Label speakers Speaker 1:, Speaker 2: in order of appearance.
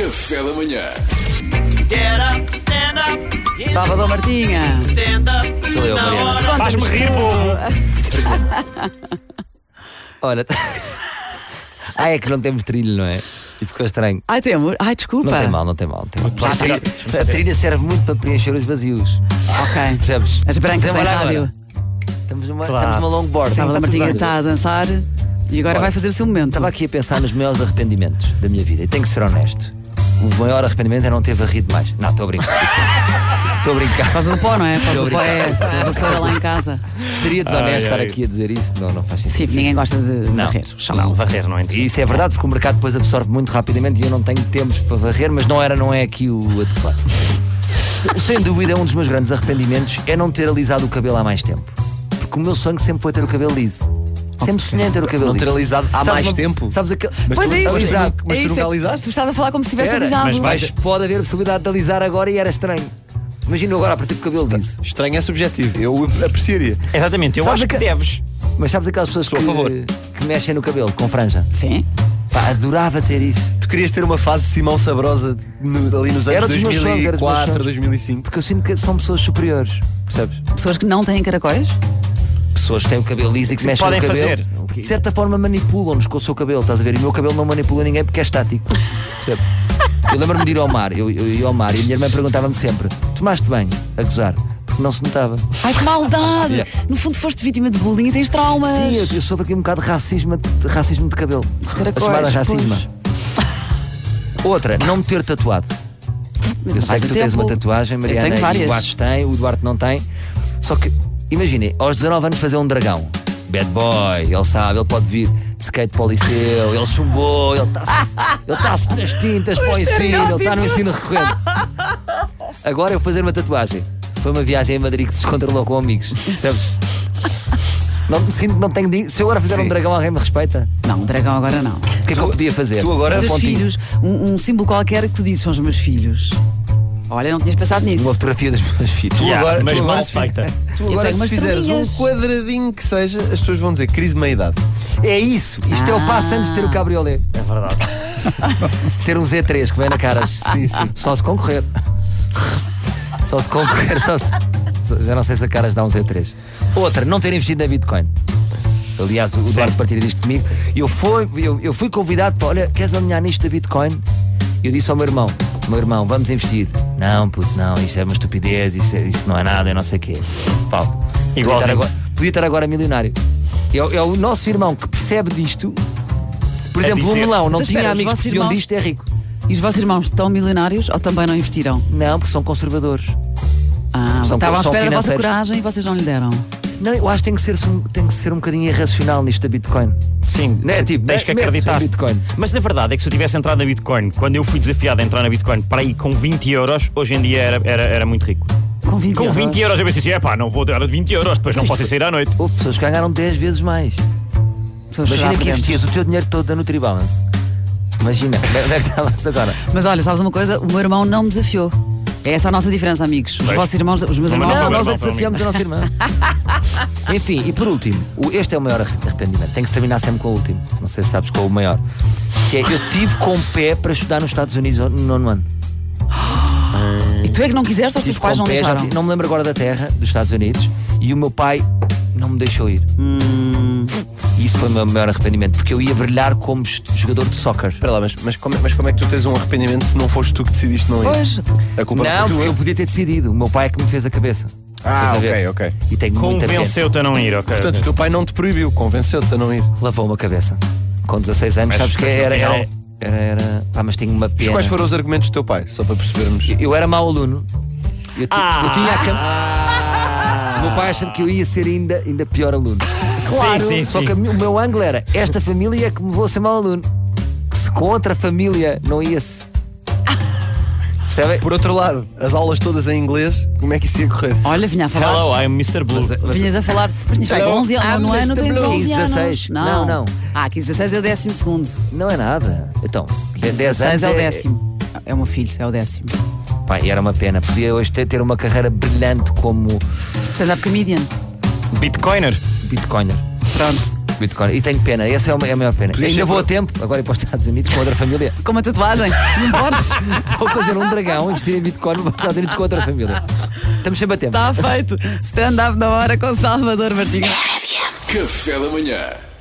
Speaker 1: Café da manhã.
Speaker 2: Get up, stand up,
Speaker 3: Salvador Martinha.
Speaker 2: stand up.
Speaker 4: Sou eu,
Speaker 2: na
Speaker 4: Mariana.
Speaker 2: hora.
Speaker 5: Faz-me rir, bobo.
Speaker 4: Olha. ah, é que não temos trilho, não é? E ficou estranho.
Speaker 3: Ai, temos. Ai, desculpa.
Speaker 4: Não tem mal, não tem mal. não tem mal.
Speaker 5: Vamos lá,
Speaker 4: A trilha-
Speaker 5: vamos lá.
Speaker 4: a trilha serve muito para preencher os vazios.
Speaker 3: Ok.
Speaker 4: Percebes?
Speaker 3: As brancas em
Speaker 4: Olha agora.
Speaker 3: rádio.
Speaker 4: Estamos numa,
Speaker 5: Claro.
Speaker 4: estamos numa longboard.
Speaker 3: Salvador
Speaker 4: Estamos
Speaker 3: Martinha
Speaker 4: numa-
Speaker 3: está a dançar e agora
Speaker 4: Bora.
Speaker 3: vai fazer o seu momento.
Speaker 4: Estava aqui a pensar nos maiores arrependimentos da minha vida e tenho que ser honesto. O maior arrependimento é não ter varrido mais. Não, estou a brincar. Estou a brincar.
Speaker 3: Por causa do pó, não é? Por causa do pó é
Speaker 4: Obrigado.
Speaker 3: a vassoura lá em casa.
Speaker 4: Seria desonesto
Speaker 5: Ai, ai.
Speaker 4: estar aqui a dizer isso. Não, não faz
Speaker 3: Sim,
Speaker 4: sentido.
Speaker 3: que ninguém gosta de de
Speaker 4: Não.
Speaker 3: varrer.
Speaker 5: Não, varrer não é
Speaker 4: E
Speaker 5: interessante.
Speaker 4: isso é verdade, porque o mercado depois absorve muito rapidamente e eu não tenho tempos para varrer, mas não era, não é aqui o adequado. Se- Sem dúvida, um dos meus grandes arrependimentos é não ter alisado o cabelo há mais tempo. Porque o meu sonho sempre foi ter o cabelo liso. Sempre sonhei em ter o cabelo
Speaker 6: Não
Speaker 4: liso.
Speaker 6: ter alisado há mais tempo?
Speaker 4: Sabes aquele.
Speaker 6: Mas
Speaker 3: Pois
Speaker 6: tu-
Speaker 3: é isso.
Speaker 6: mas tu-
Speaker 3: Alisado.
Speaker 6: mas
Speaker 3: é
Speaker 6: tu
Speaker 3: isso.
Speaker 6: nunca alisaste?
Speaker 3: Tu estás a falar como se tivesse
Speaker 4: Era,
Speaker 3: alisado.
Speaker 5: mas vai-
Speaker 4: Mas pode haver a possibilidade de alisar agora e era estranho. Imagina eu agora aparecer com o cabelo liso.
Speaker 6: Estranho é subjetivo. Eu apreciaria. É,
Speaker 5: Exatamente, eu
Speaker 4: Sabes
Speaker 5: acho que
Speaker 4: que-
Speaker 5: deves.
Speaker 4: Mas sabes aquelas pessoas
Speaker 6: Sou a favor.
Speaker 4: que, que mexem no cabelo com franja?
Speaker 3: Sim.
Speaker 4: Pá, adorava ter isso.
Speaker 6: Tu querias ter uma fase Simão Sabrosa no- ali nos anos
Speaker 4: Era dos meus sonhos, era dos meus
Speaker 6: 2004,
Speaker 4: sonhos.
Speaker 6: 2005.
Speaker 4: Porque eu sinto que são pessoas superiores. Percebes?
Speaker 3: Pessoas que não têm caracóis.
Speaker 4: pessoas que têm o cabelo liso e que
Speaker 5: Sim,
Speaker 4: mexem
Speaker 5: podem
Speaker 4: no cabelo,
Speaker 5: fazer.
Speaker 4: que de certa forma manipulam-nos com o seu cabelo, estás a ver? E o meu cabelo não manipula ninguém porque é estático. Percebe? eu lembro-me de ir ao mar, eu, eu ia ao mar e a minha irmã perguntava-me sempre: tomaste banho? A gozar, porque não se notava.
Speaker 3: Ai, que maldade!
Speaker 4: Yeah.
Speaker 3: No fundo, foste vítima de bullying e tens traumas.
Speaker 4: Sim, eu, eu sofro aqui um bocado de racismo de, racismo de cabelo.
Speaker 3: Caracóis,
Speaker 4: a chamada racisma.
Speaker 3: pois.
Speaker 4: Outra, não me ter tatuado.
Speaker 3: Mas não
Speaker 4: Eu sei
Speaker 3: faz
Speaker 4: que tu
Speaker 3: tempo.
Speaker 4: tens uma tatuagem, Mariana,
Speaker 3: Eu tenho
Speaker 4: e o
Speaker 3: várias.
Speaker 4: Bastos tem, o Eduardo não tem. Só que, imaginem, aos 19 anos fazer um dragão. Bad boy, ele sabe, ele pode vir de skate para o liceu, ele chumbou, ele está-se ele tá-se nas tintas para o ensino, ele está no ensino recorrente. Agora eu fazer uma tatuagem. Foi uma viagem a Madrid que se descontrolou com amigos, percebes? Não, sinto que não tenho dinheiro. Se eu agora fizer um
Speaker 6: Sim.
Speaker 4: dragão, alguém me respeita?
Speaker 3: Não, dragão agora não.
Speaker 4: O que é que eu podia fazer?
Speaker 6: tu agora-
Speaker 3: Os teus
Speaker 4: Pontinho.
Speaker 3: filhos, um, um símbolo qualquer que tu dizes são os meus filhos. Olha, não tinhas pensado nisso.
Speaker 4: Uma fotografia dos meus filhos.
Speaker 6: Tu
Speaker 5: Yeah,
Speaker 6: agora,
Speaker 5: mas
Speaker 6: tu agora
Speaker 5: mal
Speaker 6: se, fi-
Speaker 5: feita.
Speaker 6: tu
Speaker 3: Eu
Speaker 6: agora
Speaker 3: tenho
Speaker 6: se
Speaker 3: umas
Speaker 6: fizeres
Speaker 3: perninhas.
Speaker 6: um quadradinho que seja, as pessoas vão dizer crise de meia-idade.
Speaker 4: É isso. Isto é o passo antes de ter o cabriolé.
Speaker 5: É verdade.
Speaker 4: Ter um Z3 que vem na caras. sim, sim. Só se concorrer. Só se concorrer. Só se... só- Já não sei se a caras dá um Z3. Outra, não ter investido na Bitcoin. Aliás, o Eduardo partilha disto comigo. Eu fui, eu, eu fui convidado para, olha, queres alinhar nisto da Bitcoin? Eu disse ao meu irmão, meu irmão, vamos investir. Não, puto, não, isso é uma estupidez, isso, é- isso não é nada, eu não sei o quê. Pau. Podia
Speaker 5: Igualzinho.
Speaker 4: estar, agora, podia estar agora milionário. É, o- é o nosso irmão que percebe disto. Por
Speaker 5: A
Speaker 4: exemplo, o
Speaker 5: dizer.
Speaker 4: Milão não
Speaker 3: Então,
Speaker 4: tinha
Speaker 3: espera, os
Speaker 4: amigos que
Speaker 3: vossos
Speaker 4: diziam
Speaker 3: irmãos-
Speaker 4: disto, é rico.
Speaker 3: E os vossos irmãos estão milionários ou também não investiram?
Speaker 4: Não, porque são conservadores.
Speaker 3: Ah,
Speaker 4: São-
Speaker 3: estavam à
Speaker 4: são
Speaker 3: espera da vossa
Speaker 4: financeiros.
Speaker 3: coragem e vocês não lhe deram.
Speaker 4: Não, eu acho que tem que ser, tem que ser um bocadinho irracional nisto da Bitcoin.
Speaker 5: Sim,
Speaker 4: Não é, tipo,
Speaker 5: tens que
Speaker 4: mete
Speaker 5: acreditar.
Speaker 4: em Bitcoin.
Speaker 5: Mas a verdade é que se eu tivesse entrado na Bitcoin, quando eu fui desafiado a entrar na Bitcoin para ir com 20 euros, hoje em dia era, era, era muito rico.
Speaker 3: Com 20
Speaker 5: Com
Speaker 3: euros.
Speaker 5: 20 euros eu pensei assim: é pá, não vou dar 20 euros, depois não posso
Speaker 4: é
Speaker 5: ir sair à noite.
Speaker 4: Houve pessoas que ganharam 10 vezes mais.
Speaker 3: Pessoas chorar
Speaker 4: Imagina
Speaker 3: por
Speaker 4: que
Speaker 3: dentro.
Speaker 4: investias o teu dinheiro todo na NutriBalance. Imagina, onde é onde é que estavas agora?
Speaker 3: Mas olha, sabes uma coisa? O meu irmão não me desafiou. É essa a nossa diferença, amigos. Os
Speaker 5: Pois.
Speaker 3: vossos irmãos, os meus
Speaker 5: Não,
Speaker 3: irmãos.
Speaker 5: mas
Speaker 4: Não,
Speaker 5: não,
Speaker 4: nós é
Speaker 5: não,
Speaker 4: que desafiamos a nossa irmã. Enfim, e por último, o- este é o maior arrependimento. Tem que se terminar sempre com o último. Não sei se sabes qual é o maior. Que é, eu tive com o pé para estudar nos Estados Unidos no nono ano.
Speaker 3: E tu é que não quiseste, ou os teus
Speaker 4: Tive
Speaker 3: pais
Speaker 4: com
Speaker 3: não
Speaker 4: pé, já
Speaker 3: deixaram?
Speaker 4: ti- não me lembro agora da terra, dos Estados Unidos, e o meu pai não me deixou ir. E isso foi o meu maior arrependimento, porque eu ia brilhar como est- jogador de soccer.
Speaker 6: Espera lá, mas, mas, como, é- mas como é que tu tens um arrependimento se não foste tu que decidiste não ir?
Speaker 3: Pois.
Speaker 6: A culpa
Speaker 4: Não,
Speaker 6: não foi
Speaker 4: porque
Speaker 6: tua.
Speaker 4: eu podia ter decidido. O meu pai é que me fez a cabeça.
Speaker 6: Ah,
Speaker 4: Estás a ver?
Speaker 6: ok, ok.
Speaker 4: E tenho muita pena.
Speaker 5: Convenceu-te a não ir, ok?
Speaker 6: Portanto, o teu pai não te proibiu, convenceu-te a não ir.
Speaker 4: Lavou-me a cabeça. Com 16 anos,
Speaker 5: Mas
Speaker 4: sabes que
Speaker 5: no
Speaker 4: era.
Speaker 5: final-
Speaker 4: Era, era, era- pá, mas tinha uma
Speaker 6: Mas
Speaker 4: pena.
Speaker 6: quais foram os argumentos do teu pai? Só para percebermos.
Speaker 4: Eu era mau aluno. Eu, ti- eu tinha a cam... Meu pai achava que eu ia ser ainda, ainda pior aluno.
Speaker 5: claro. Sim, sim,
Speaker 4: Só
Speaker 5: sim.
Speaker 4: que a mi- o meu ângulo era esta família é que me vou ser mau aluno. Que se com outra família não ia-se. Percebem?
Speaker 6: Por outro lado, as aulas todas em inglês, como é que isso ia correr?
Speaker 3: Olha, vinha a falar.
Speaker 5: Hello, I'm Mr. Blue.
Speaker 4: Mas-
Speaker 3: Vinhas a falar, mas tinhas pai,
Speaker 6: Hello,
Speaker 3: 11 anos,
Speaker 6: I'm
Speaker 3: no ano
Speaker 6: Mr.
Speaker 3: tens
Speaker 6: Blue.
Speaker 3: 11 anos.
Speaker 4: 16. Não, não.
Speaker 3: Ah, 15, 16 é o décimo segundo.
Speaker 4: Não é nada. Então, 10 anos.
Speaker 3: 16 é o décimo. É o meu filho, é o décimo.
Speaker 4: Pá, e era uma pena. Podia hoje ter, ter uma carreira brilhante como
Speaker 3: Stand-up comedian.
Speaker 4: é-
Speaker 5: Bitcoiner.
Speaker 4: Bitcoiner.
Speaker 3: Pronto.
Speaker 4: Bitcoin. E tenho pena, essa é a ma- é a maior pena.
Speaker 6: Podia
Speaker 4: Ainda
Speaker 6: ser
Speaker 4: vou a
Speaker 6: pro-
Speaker 4: tempo, agora ir para os Estados Unidos com outra família.
Speaker 3: Com uma tatuagem. Não podes?
Speaker 4: Vou fazer um dragão, investir em Bitcoin, vou para os Estados Unidos com outra família. Estamos sempre a tempo.
Speaker 3: Está feito. Stand-up na hora com Salvador Martinho.
Speaker 1: Café da manhã.